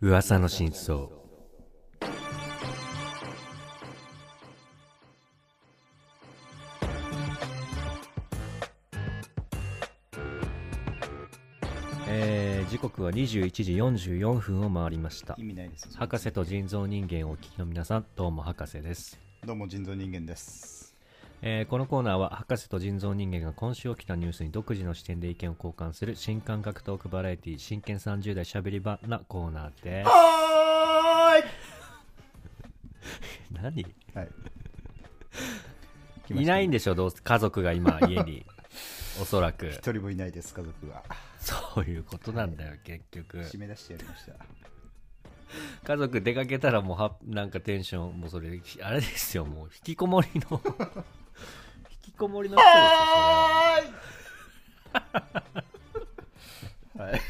噂の真相えー時刻は21時44分を回りました意味ないです、ね、博士と人造人間をお聞きの皆さんどうも博士です、どうも人造人間ですえーこのコーナーは博士と人造人間が今週起きたニュースに独自の視点で意見を交換する新感覚トークバラエティ真剣30代しゃべり場なコーナーですは何ーいはいいないんでしょどうせ家族が今家におそらく一人もいないです家族が そういうことなんだよ結局締め出してやりました家族出かけたらもうはなんかテンションもうそれあれですよもう引きこもり の引きこもりの人ですよそれははい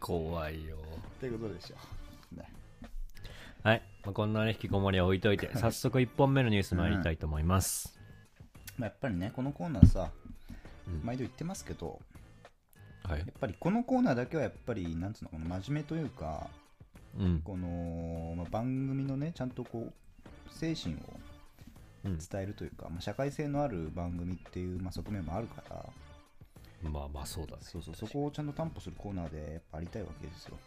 怖いよということでしょう、ね、はい、まあ、こんなね引きこもりは置いといて早速1本目のニュース参りたいと思います、まあやっぱりねこのコーナーさうん毎度言ってますけどはいやっぱりこのコーナーだけはやっぱりなんつうのかな真面目というかうんこの、まあ、番組のねちゃんとこう精神をうん伝えるというか、まあ、社会性のある番組っていう、まあ、側面もあるからまあまあそうだねそうそうそこをちゃんと担保するコーナーでやっぱありたいわけですよ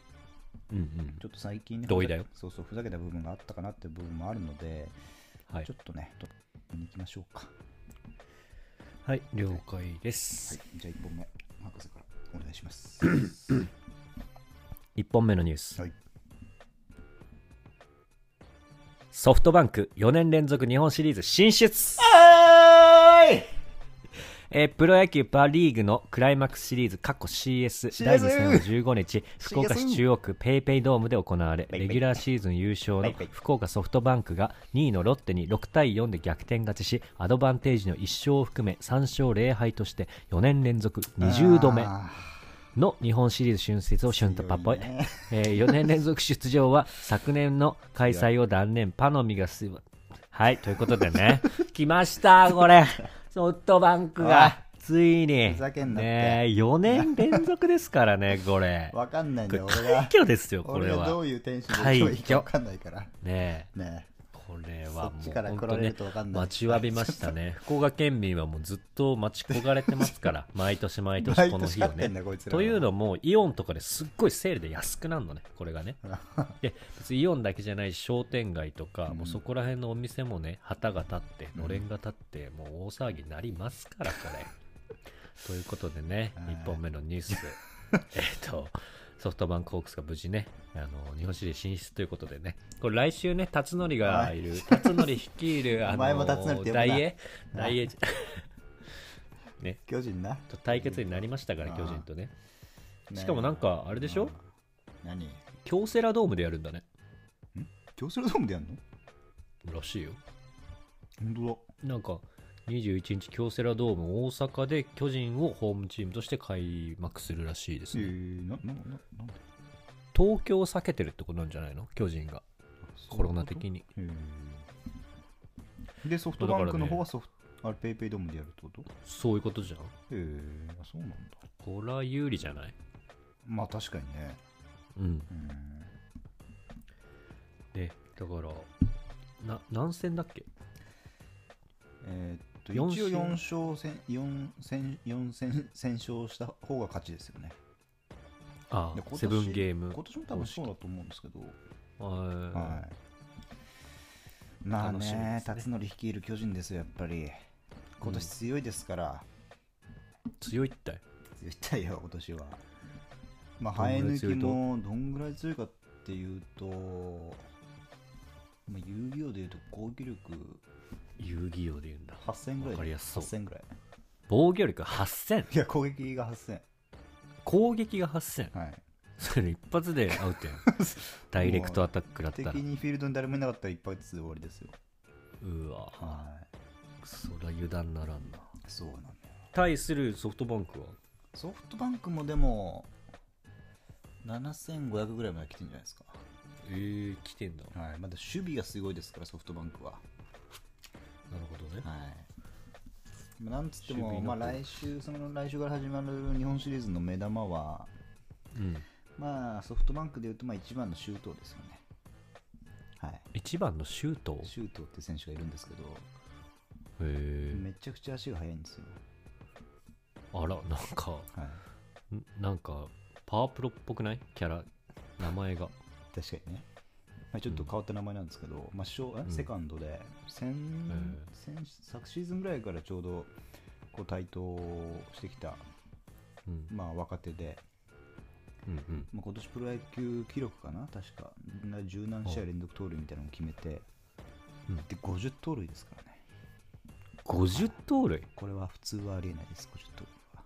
うんうんちょっと最近ね同意だよふざけそうそうふざけた部分があったかなって部分もあるので、はいちょっとねとに行きましょうかはい了解です、はいじゃあ1本目博士からお願いします1本目のニュース、はいソフトバンク4年連続日本シリーズ進出えープロ野球パ・リーグのクライマックスシリーズ過去 CS 第2戦は15日 福岡市中央区ペイペイドームで行われペイペイレギュラーシーズン優勝ペのイペイ福岡ソフトバンクが2位のロッテに6対4で逆転勝ちしアドバンテージの1勝を含め3勝0敗として4年連続20度目あの日本シリーズ春節を春とパッポイ強いねえ4年連続出場は昨年の開催を断念パノミがすはいということで ね来ましたこれソフトバンクがついにふざけんなってね4年連続ですからねこれーわかんないんだよこ俺れ快が挙ですよこれ俺がどはういうテンション快で挙今日いいかわかんないからねえねこれそはっもちうから来本ら当れるねとわかんない待ちわびましたね福岡県民はもうずっと待ち焦がれてますから 毎年毎年毎この日年を勝ってねんだこいつらというのもイオンとかですっごいセールで安くなるのねこれがねで別にイオンだけじゃないし商店街とか、うんもうそこら辺のお店もね旗が立ってうんのれんが立って、もう大騒ぎになりますからこ れということでねはい1本目のニュー スえっとソフトバンクホークスが無事ねあの日本シリーズ進出ということでねこれ来週ね辰徳がいる辰徳率いるあの お前も辰徳って呼ぶな大英大英巨人な、と対決になりましたから巨人とねねしかもなんかあれでしょうん何京セラドームでやるんだね京セラドームでやんのらしいよ本なんか21日京セラドーム大阪で巨人をホームチームとして開幕するらしいで当すだえねー、ななななんで東京を避けてるってことなんじゃないの巨人がコロナ的的にへえで、ソフトバンクの方はソフト、あれ、ペイペイドームでやるってことへそういうことじゃんえ、あそうなんだ。これは有利じゃないまあ確かにね。うんうんでだからな何戦だっけえーっと、一四応勝4勝戦、4戦、4戦、戦勝した方が勝ちですよね。あであセブンゲーム今年も多分そうだと思うんですけど。ははいい。まあ楽しみでね、すね辰徳率いる巨人ですよ、やっぱり。今年強いですから、強いったい絶対よ、今年は。まあ、どんぐらい生え抜強きいともどんぐらい強いかっていうと、まあ、遊戯王でいうと攻撃力遊戯王で言うんだ8000ぐらい。わかりやすそう8000ぐらい。防御力8000いや、攻撃が8000。攻撃が8000はい。それ一発でアウトやん ダイレクトアタックだった敵らにフィールドに誰もいなかったら一発ずつ終わりですよ。うわはい。そりゃ油断ならんなそうなんだよ。対するソフトバンクはソフトバンクもでも、7500ぐらいまで来てんじゃないですか。えー、来てんだはい。まだ守備がすごいですから、ソフトバンクは。なるほどねはい、まあなんつっても、守備のまあ、来週その来週から始まる日本シリーズの目玉は、うんまあ、ソフトバンクでいうと、まあ、一番の周東ですよね。はい。一番のシュート周東って選手がいるんですけど、へえめちゃくちゃ足が速いんですよ。あらなんかはい。んなんかパワープロっぽくないキャラ名前が確かにね。まあ、ちょっと変わった名前なんですけど、まあ、ショーえうんセカンドで、先え先昨シーズンぐらいからちょうどこう台頭してきた、うんまあ、若手で、うんうんまあ、今年プロ野球記録かな、確か、な十何試合連続盗塁みたいなのを決めて、うんで50盗塁ですからね、 50盗塁これは普通はありえないです、50盗塁は。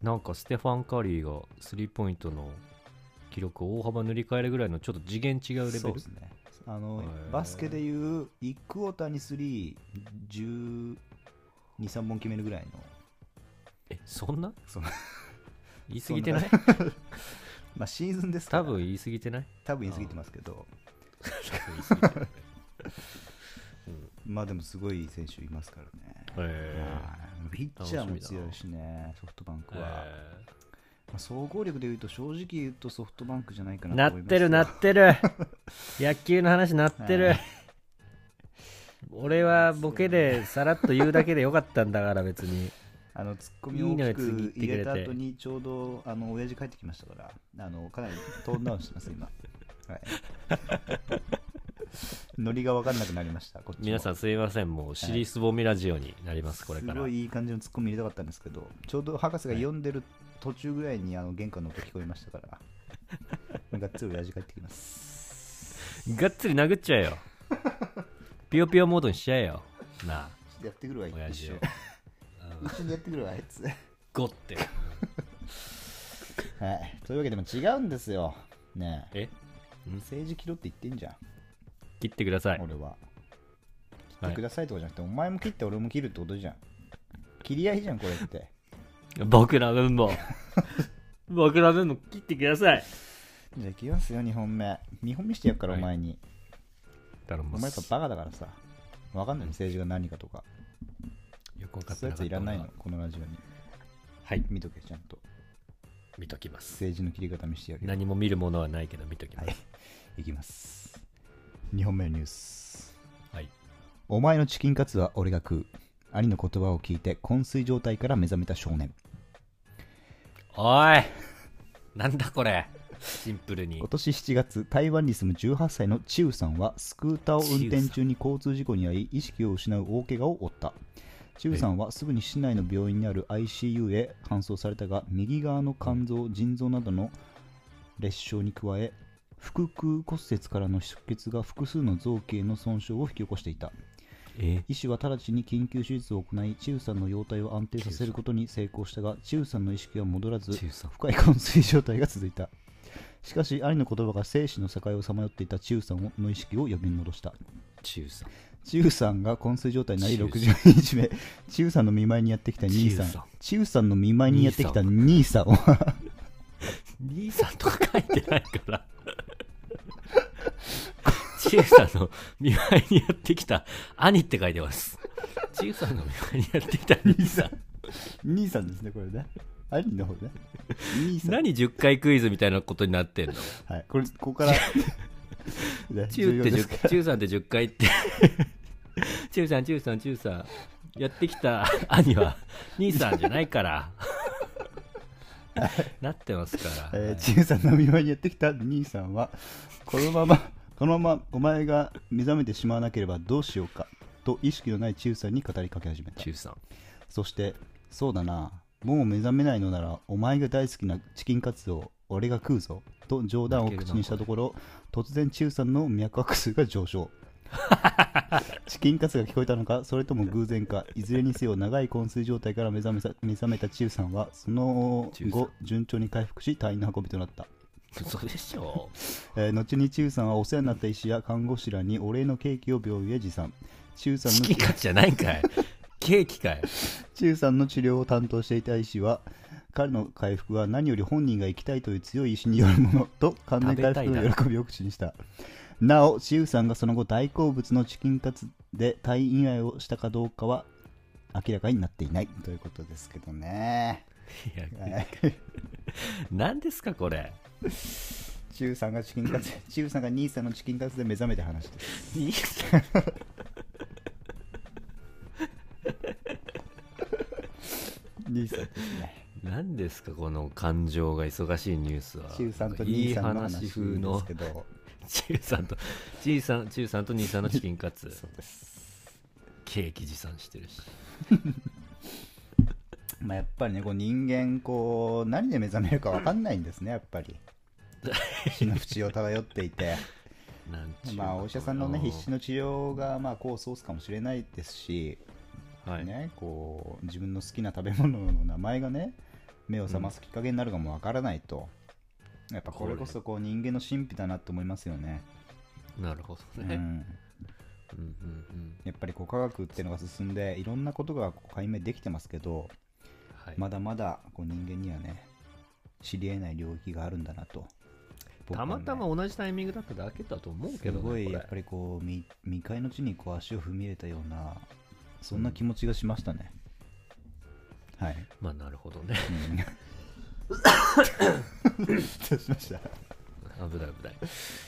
なんかステファン・カリーがスリーポイントの記録を大幅塗り替えるぐらいのちょっと次元違うレベそうルですねあのへーバスケでいう1クォーターに3、123本決めるぐらいの、えそんなそんな言い過ぎて ない まあ、シーズンですか多ら分言い過ぎてない多分言い過ぎてますけど、言い過ぎて ないまあでもすごい選手いますからね。えはいピッチャーも強いしね、ソフトバンクーは。えまあ、総合力でいうと、正直言うとソフトバンクじゃないーかななとっ思いますてるなって る野球の話なってはるい俺はボケでさらっと言うだけでよかったんだから別にあのツッコミいをいの大よきく入れ次た行ってくれて後に、ちょうどあの親父帰ってきましたから、あのかなりトーンダウンしてます、今。はい、ノリが分かんなくなりました、こっちも皆さんすいませんもう尻すぼみラジオになりますこれかすらごいいい感じのツッコミ入れたかったんですけど、ちょうど博士が読んでる途中ぐらいにあの玄関の音聞こえましたから、がっつり親父帰ってきます。がっつり殴っちゃえよピヨピヨモードにしちゃえよなあちょっとやってくるわ、親一父を緒。一緒にやってくるわ、あいつ。ゴってはい。というわけでも違うんですよ。ねええ。政治切ろって言ってんじゃん、切ってください俺は。切はってくださいとかじゃなくて、お前も切って俺も切るってことじゃん。切り合いじゃん、これ って。い僕の分 も僕の分も切ってくださいじゃあいきますよ、2本目。2本見してやっから、おはい前に。頼おむ前やっぱバカだからさ。わかんない、政治が何かとか。よく分かっそてうなかっいうやついたらないの俺、このラジオに。はい見とけ、ちゃんと。見ときます政治の切り方見してやるよ。何も見るものはないけど見ときますはい。いきます。2本目のニュース。はい、お前のチキンカツは俺が食う。兄の言葉を聞いて、昏睡状態から目覚めた少年。おいなんだこれシンプルに今年7月、台湾に住む18歳のチウさんは、スクーターを運転中に交通事故に遭い、意識を失う大怪我を負った。チウさんはすぐに市内の病院にある ICU へ搬送されたが、右側の肝臓、腎臓などの裂傷に加え、腹腔骨折からの出血が複数の臓器への損傷を引き起こしていた。え医師は直ちに緊急手術を行い、チウさんの容体を安定させることに成功したが、チウさんの意識は戻らず、中さん深い昏睡状態が続いたしかし兄の言葉が生死の境をさまよっていたチウさんの意識を呼び戻した中さんチウさんが昏睡状態になりチウさん60日目チウさんの見舞いにやってきた兄さんチウさんチウさんの見舞いにやってきた兄さんは兄さんとか書いてないから。ちゆさんの見舞いにやってきた兄って書いてます。ちゆさんの見舞いにやってきた兄さん。兄さんですねこれね兄の方ね兄さん何10回クイズみたいなことになってんのはいこれここから ねちゆ重っ要てです10、ちゆさんって10回って。ちゆさん、ちゆさん、ちゆさん。やってきた兄は兄さんじゃない から。なってますから。えー、チウさんの見舞いにやってきた兄さんはこのままこのままお前が目覚めてしまわなければどうしようかと意識のないチウさんに語りかけ始めたちゆさん。そしてそうだなもう目覚めないのならお前が大好きなチキンカツを俺が食うぞと冗談を口にしたところ突然チウさんの脈拍数が上昇 チキンカツが聞こえたのかそれとも偶然かいずれにせよ長い昏睡状態から目覚めさ目覚めたチウさんはそのチウさん後順調に回復し退院の運びとなった嘘でしょ。えー後にチウさんはお世話になった医師や看護師らにお礼のケーキを病院へ持参チウさんチのキンカツじゃないんかい。ケーキかい。チウさんの治療を担当していた医師は彼の回復は何より本人が生きたいという強い意志によるものと完全回復の喜びを口にしたなおチウさんがその後大好物のチキンカツで退院依頼をしたかどうかは明らかになっていない ということですけどねいやはい何ですかこれチュウさんがチキンカツチュウさんが兄さんのチキンカツで目覚めた話です兄さん兄さんですね何ですかこの感情が忙しいニュースはチュウさんとい兄いさんの話話風でのすけどチュウさんとチーさんチュウさんと兄さんのチキンカツそうですケーキ持参してるしまあやっぱりねこう人間こう何で目覚めるか分かんないんですねやっぱり死の淵を漂って いてなんちゅうまあお医者さんのね必死のの治療がまあ功を奏すかもしれないですしか、はいね、こう自分の好きな食べ物の名前がね目を覚ますきっかけになるかもわからないと、やっぱこれこそこう人間の神秘だなと思いますよね、なるほうどね、ん、うん、うんうんやっぱりこう科学っていうのが進んでいろんなことがこう解明できてますけどはい、まだまだこう人間にはね知り得ない領域があるんだなと僕たはねまたま同じタイミングだっただけだと思うけすど、ね、ごいこれやっぱりこう未未開の地にこう足を踏み入れたようなそんな気持ちがしましたね、はい、まあなるほどね どうしました 危ない危ないい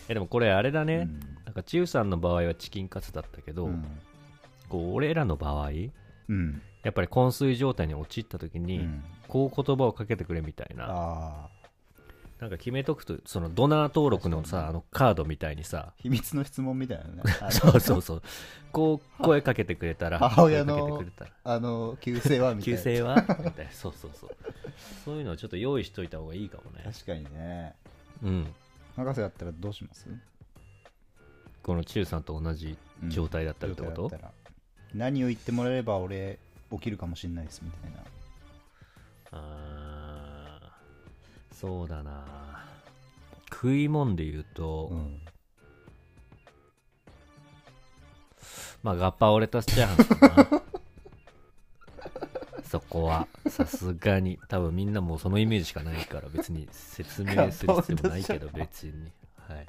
やでもこれあれだね、うんなんかチウさんの場合はチキンカツだったけど、うんこう俺らの場合うんやっぱり昏睡状態に陥った時に、うんこう言葉をかけてくれみたいなああなんか決めとくとそのドナー登録のさあのカードみたいに さ秘密の質問みたいなね あのそうそうそうこう声かけてくれたら母親の声かけてくれたらあの旧姓はみたい旧な姓はみたいなそうそうそうそういうのをちょっと用意しといた方がいいかもね確かにねうん博士だったらどうしますこのチウさんと同じ状態だったらってこと、状態だったら何を言ってもらえれば俺起きるかもしれないですみたいなあーそうだな食い物で言うと、うんまあガッパオレタスチャーハンかな そこはさすがに多分みんなもうそのイメージしかないから別に説明する必要もないけど別にはい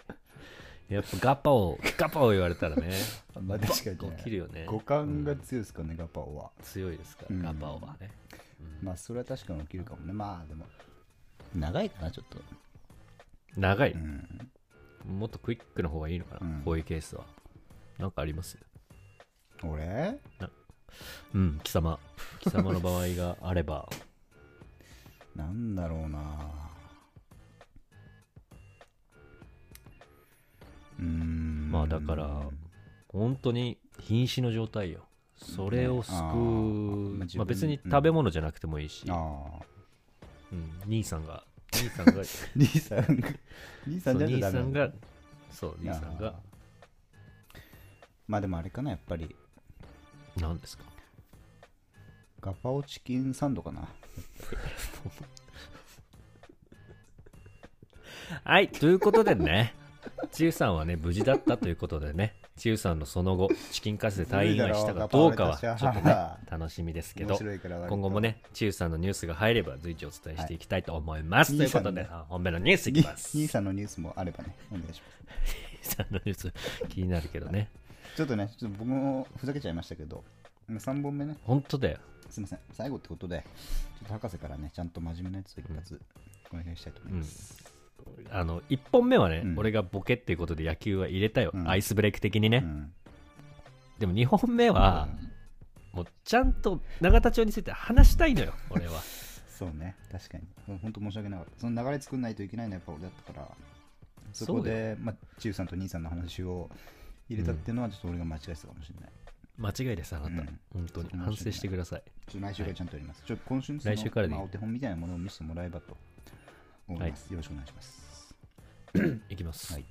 やっぱガッパオガッパオ言われたらねまあ確かに起きねるよね五感が強いですかね、ガパオは強いですから、うんガッパオはね、うんまあそれは確かに起きるかもねまあでも長いかなちょっと長い、うんもっとクイックの方がいいのかな、うんこういうケースはなんかあります俺うん貴様貴様の場合があれ ばなんだろうなうーんまあだから本当に瀕死の状態よそれを救う、あーまあまあ自分別に食べ物じゃなくてもいいし、ああうん兄さんが 兄さんがそ兄さんが兄さんうじゃ兄ダさメんがそう兄さんあがあまあでもあれかなやっぱり何ですかガパオチキンサンドかなはいということでねチウさんはね無事だったということでねチウさんのその後チキンカツで退院がしたかどうかはちょっ とね楽しみですけ面ど白いから割と今後もね、チウさんのニュースが入れば随時お伝えしていきたいと思います。はいということで、兄あ本命のニュースいきに ます。兄さんのニュースもあればねお願いしま兄さんのニュース気になるけどね。すちょっとねちょっと僕もふざけちゃいましたけど3本目ね本当だよ。すいません最後ってことでちょっと博士からねちゃんと真面目なやつを一発お願いしたいと思います、あの、1本目はね、うん俺がボケっていうことで野球は入れたよ。うんアイスブレイク的にうね。んでも2本目は、もうちゃんと永田町について話したいのよ、俺 は。そうね確かに本当申し訳なかったその流れ作んないといけないのはやっぱ俺だったからそこそうでまあ、中さんと兄さんの話を入れたっていうのはちょっと俺が間違えてたかもしれない、間違いです、あなた。うん本当に。反省してください。ちょっと来週からちゃんとやります、ちょっと今週の来週からでいいまあ、お手本みたいなものを見せてもらえばと思います、よろしくお願いしますいきます。はい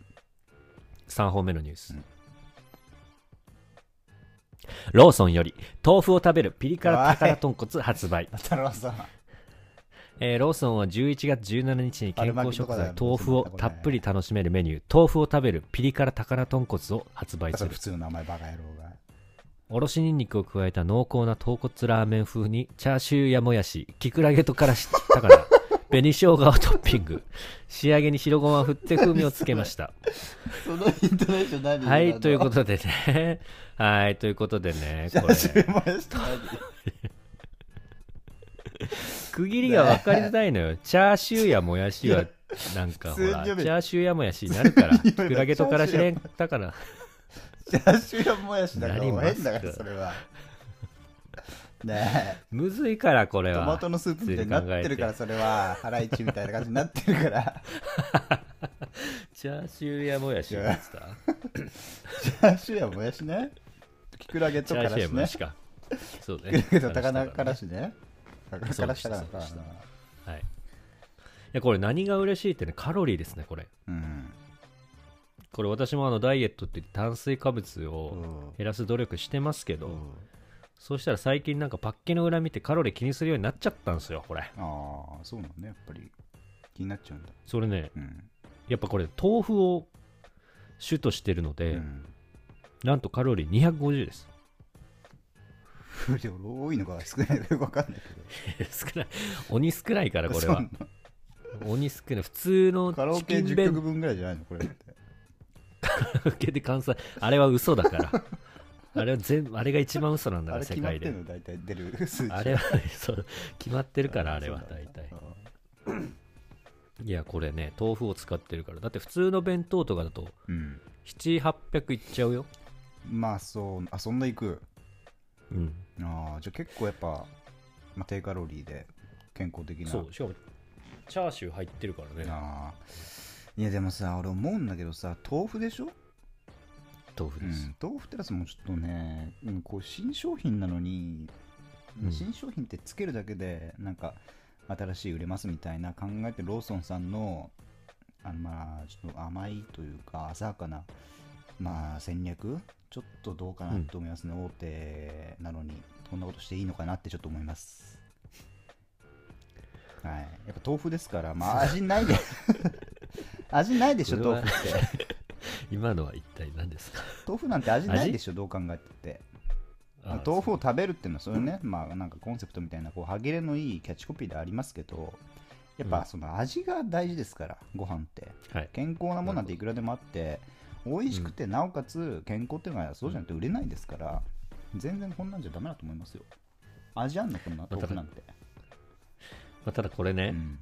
3本目のニュース、うんローソンより豆腐を食べるピリ辛高菜豚骨発売、太郎さんえーローソンは11月17日に健康食あれ材巻きとかだよ豆腐をたっぷり楽しめるメニュー豆腐を食べるピリ辛高菜豚骨を発売すそれる普通の名前バカ野郎がおろしにんにくを加えた濃厚な豚骨ラーメン風にチャーシューやもやしきくらげとからし高 菜紅生姜をトッピング仕上げに白ごまを振って風味をつけましたそのイントネーション何はい、ということでね。はい、ということでね。こ れ、でもやした区切りが分かりづらいのよ。チャーシューやもやしはなんかほ普ら通チャに呼べーシューやもやしになるからきやくらげとからしれんだからチャーシューやもやしだからなりもうます変だからそれはねむずいからこれえトはマトのスープみたいになってるからそれはハライチみたいな感じになってるからチャーシューやもやしなんつったチャーシューやもやしねキクラゲチとャーかシュらーやしもやねしかそうキクねラゲと高菜からしね高菜そうでからししたたそうからでしたかはいいやこれ何が嬉しいってねカロリーですねこれうんこれ私もあのダイエットって炭水化物うをん減らす努力してますけど、うんそうしたら最近なんかパッケの裏見てカロリー気にするようになっちゃったんですよこれああそうなんねやっぱり気になっちゃうんだそれねうんやっぱこれ豆腐を主としてるので、うんなんとカロリー250です 風量多いのか少ないのかよくわかんないけど少ない鬼少ないからこれそはんな鬼少ない普通のカラオチケキン10曲弁分ぐらいじゃないのこれって当受けで換算あれは嘘だからあれは全あれが一番嘘なんだあから世れ決まっ界てでんの大体出る数値あれはそう決まってるからあれはそうなん大だ体うんいやこれね豆腐を使ってるからだって普通の弁当とかだとうん700800いっちゃうよまあそうあそんな行くうんああじゃあ結構やっぱ、まあ、低カロリーで健康的なそうしかもチャーシュー入ってるからねあーいやでもさ俺思うんだけどさ豆腐でしょ、豆腐うですん、豆腐ってやつもちょっとね、うんこう新商品なのに、うん新商品ってつけるだけでなんか新しい売れますみたいな考えてローソンさんのあのまあちょっと甘いというか浅はかなまあ戦略ちょっとどうかなと思いますね、大手なのにこんなことしていいのかなってちょっと思いますはいやっぱ豆腐ですか らまあ味ないで 味ないでしょこれは豆腐って今のは一体何ですか豆腐なんて味ないでしょどう考えててまあ豆腐を食べるっていうのはそういうね、まあなんかコンセプトみたいなこう歯切れのいいキャッチコピーでありますけどやっうんぱその味が大事ですから、ご飯ってはい健康なものなんていくらでもあって美味しくてなおかつ健康っていうのはそうじゃなくて売れないですから全然こんなんじゃダメだと思いますよ味あんのこんなだから豆腐なんて、まあ、ただこれうね、ん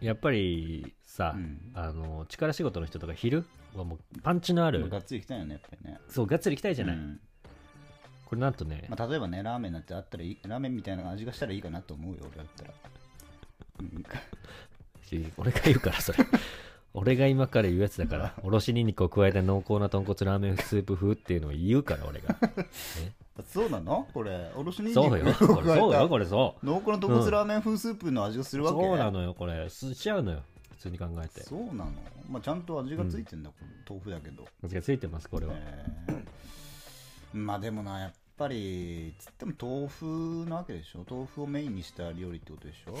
やっぱりさ、うんあの力仕事の人とか昼はもうパンチのあまあるがっつりいきたいよねやっぱりねそうがっつり行きたいじゃない、うんこれなんとね、まあ、例えばねラーメンなんてあったらいいラーメンみたいな味がしたらいいかなと思うよ俺だったら、うんし俺が言うからそれ 俺が今から言うやつだからおろしにんにくを加えた濃厚な豚骨ラーメンスープ風っていうのを言うから俺 がそうなのこれおろしにんにく そうよこをれそう加えよたこれそう濃厚な豚骨ラーメン風スープの味がするわけ、そうなのよこれすしちゃうのよ普通に考えてそうなのまあ、ちゃんと味がついてんだ、この豆腐だけど味がついてますこれは、えーまあでもなやっぱりつっても豆腐なわけでしょ豆腐をメインにした料理ってことでしょ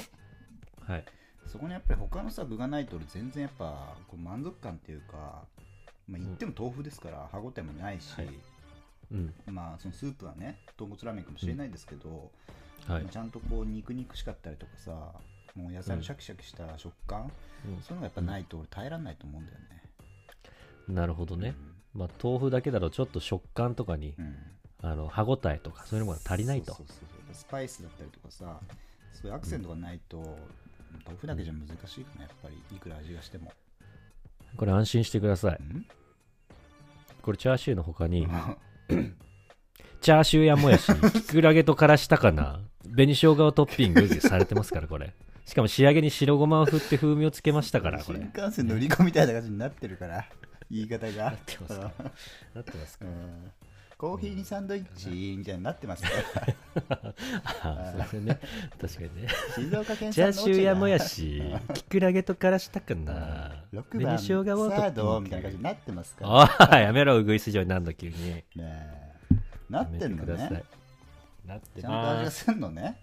はいそこにやっぱり他のさ具がないと俺全然やっぱこう満足感っていうか、まあ、言っても豆腐ですから歯ごたえもないし、はいうんまあそのスープはね豚骨ラーメンかもしれないですけど、はいまあ、ちゃんとこう肉肉しかったりとかさもう野菜のシャキシャキした食感、うそういうのがやっぱないと俺耐えられないと思うんだよね。んなるほどね、まあ、豆腐だけだとちょっと食感とかにうん。うんあの歯ごたえとかそういうのが足りないとそうそうそうそうスパイスだったりとかさ、そういうアクセントがないと、豆腐だけじゃ難しいかな、やっぱり、いくら味がしても。これ安心してくださいうんこれチャーシューの他にあ チャーシューやもやしきくらげとからし高菜紅生姜をトッピングされてますからこれしかも仕上げに白ごまを振って風味をつけましたからこ新れな幹線乗り込みたいな感じになってるから、言い方がっ。てますかなってますか うんコーヒーにサンドイッチみたいに なってますから、ああそうです ね確かにね静岡県チャー産のお茶シューやもやがしきくらげとからし高菜6紅生番、サ姜をトードッみピたいンな感じグになってますから。ああやめろうぐいす嬢になんの急にねえなやっめててんのくださねい。なってちゃんと味まがすすんのね。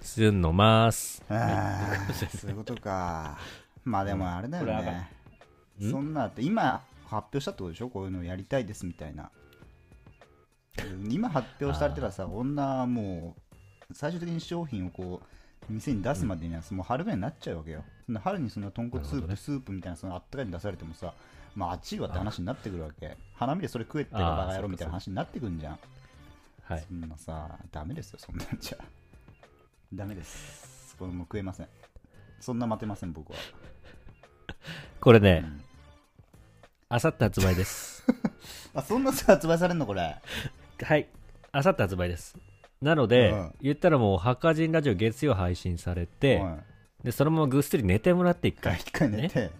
すんのますああ、そういうことか。まあでもあれだよこれ上がね。んそんなって、今発表したってことでしょこういうのやりたいですみたいな。今発表されてたらさ、女もう最終的に商品をこう店に出すまでにはもう春ぐらいになっちゃうわけよ。そんな春にそんな豚骨なスるーほプ、どねスープみたいなそのあったかいの出されてもさ、まああっちいわって話になってくるわけ。花見でそれ食えってあーかバカ野そっか郎みたいな話になってくんじゃん。はいそんなさ、ダメですよ、そんなんじゃ。ダメです。これもう食えません。そんな待てません、僕は。これね、あさって発売 です。あそんなさ発売されんのこれはい。あさって発売です。なので、うん言ったらもう、ハッカ人ラジオ月曜配信されて、はいで、そのままぐっすり寝てもらって一回。一回寝て、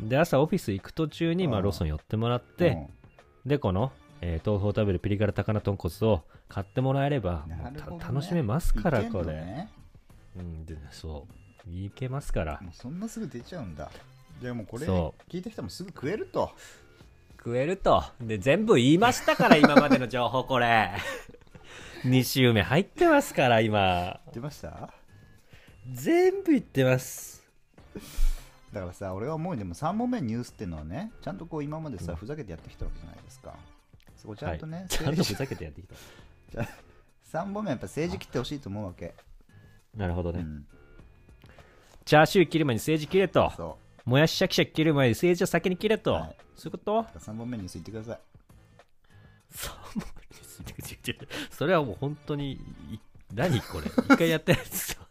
で、朝オフィス行く途中に、まあ、うんローソン寄ってもらって、で、この、えー豆腐を食べるピリ辛高菜豚骨を買ってもらえれば、うん、なもうるたほどね楽しめますから、いけんこのれ。ねうん、でそう。いけますから。もうそんなすぐ出ちゃうんだじゃあもうこれそ聞いた人もすぐ食えると食えると。で、全部言いましたから、今までの情報、こ れ。2週目入ってますから、今。出ました全部言ってます。だからさ俺はもうでも3問目ニュースっていうのはねちゃんとこう今までさ、うんふざけてやってきたわけじゃないですかそこちゃんとね、はい、 ちゃんとふざけてやってきた。 3本目はやっぱ政治切ってほしいと思うわけ、なるほどうね。ん、チャーシュー切る前に政治切れと。そもやしシャキシャキ切る前に政治を先に切れと。はいそういうことう3本目ニュース言ってくださいそう、 もう違う違う違うそれはもう本当に、い何これ。一回やったやつと。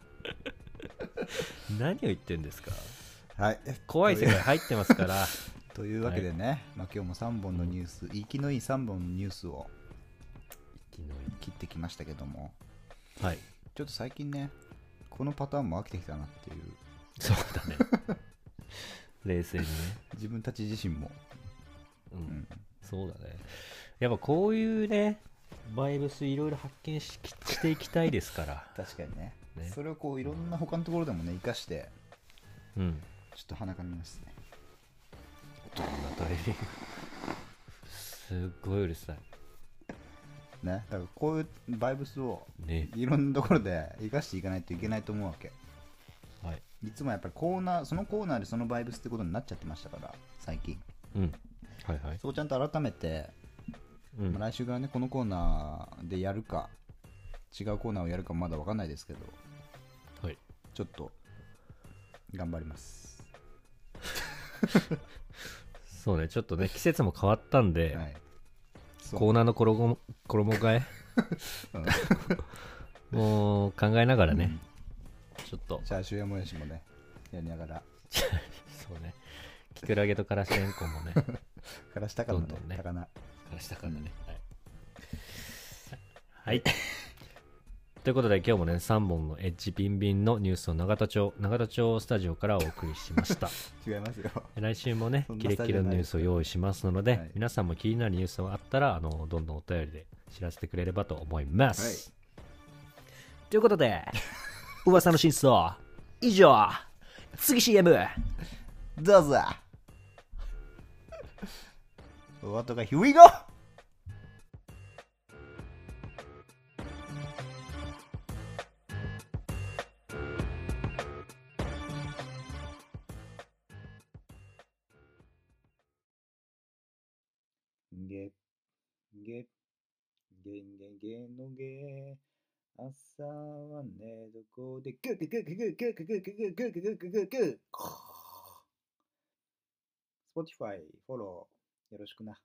何を言ってんですかはい怖い世界入ってます から。というわけでね、まあ、今日も3本のニュース、息のいい3本のニュースを切ってきましたけどもはい。ちょっと最近ねこのパターンも飽きてきたなっていうそうだね。冷静にね。自分たち自身も、うん。うんそうだね。やっぱこういうね、バイブスいろいろ発見ししていきたいですから。確かにねねそれをこういろんな他のところでもね生かしてうん。ちょっと鼻かみますねどんなタイミングすっごいうるさい。ねだからこういうバイブスをね。いろんなところで生かしていかないといけないと思うわけはい。いつもやっぱりコーナーそのコーナーでそのバイブスってことになっちゃってましたから最近うん。はいはい。そうちゃんと改めて、うんまあ来週からねこのコーナーでやるか違うコーナーをやるかまだ分かんないですけどはい。ちょっと頑張ります、そうね、ちょっと ね、季節も変わったんで、はいそうコーナーの衣も衣替うんえ、もう考えながらね、ちょっと、チャーシューやもやしもねやりながらそうね、きくらげとからしれんこんもね、からしたからねどんどんね高菜からしたから ね。はい。 ということで今日もね3本のエッジビンビンのニュースを永田町永田町スタジオからお送りしました違いますよ来週もねそんなキレッキレのニュースを用意しますので、はい皆さんも気になるニュースがあったらあのどんどんお便りで知らせてくれればと思います、ということで噂の真相以上次 CM どうぞ お後が Here we go! ゲゲゲンゲゲのゲ朝は寝床でグーグーグーグーグーグーグーグーグーグーグーグーグーグー Spotify フォローよろしくな。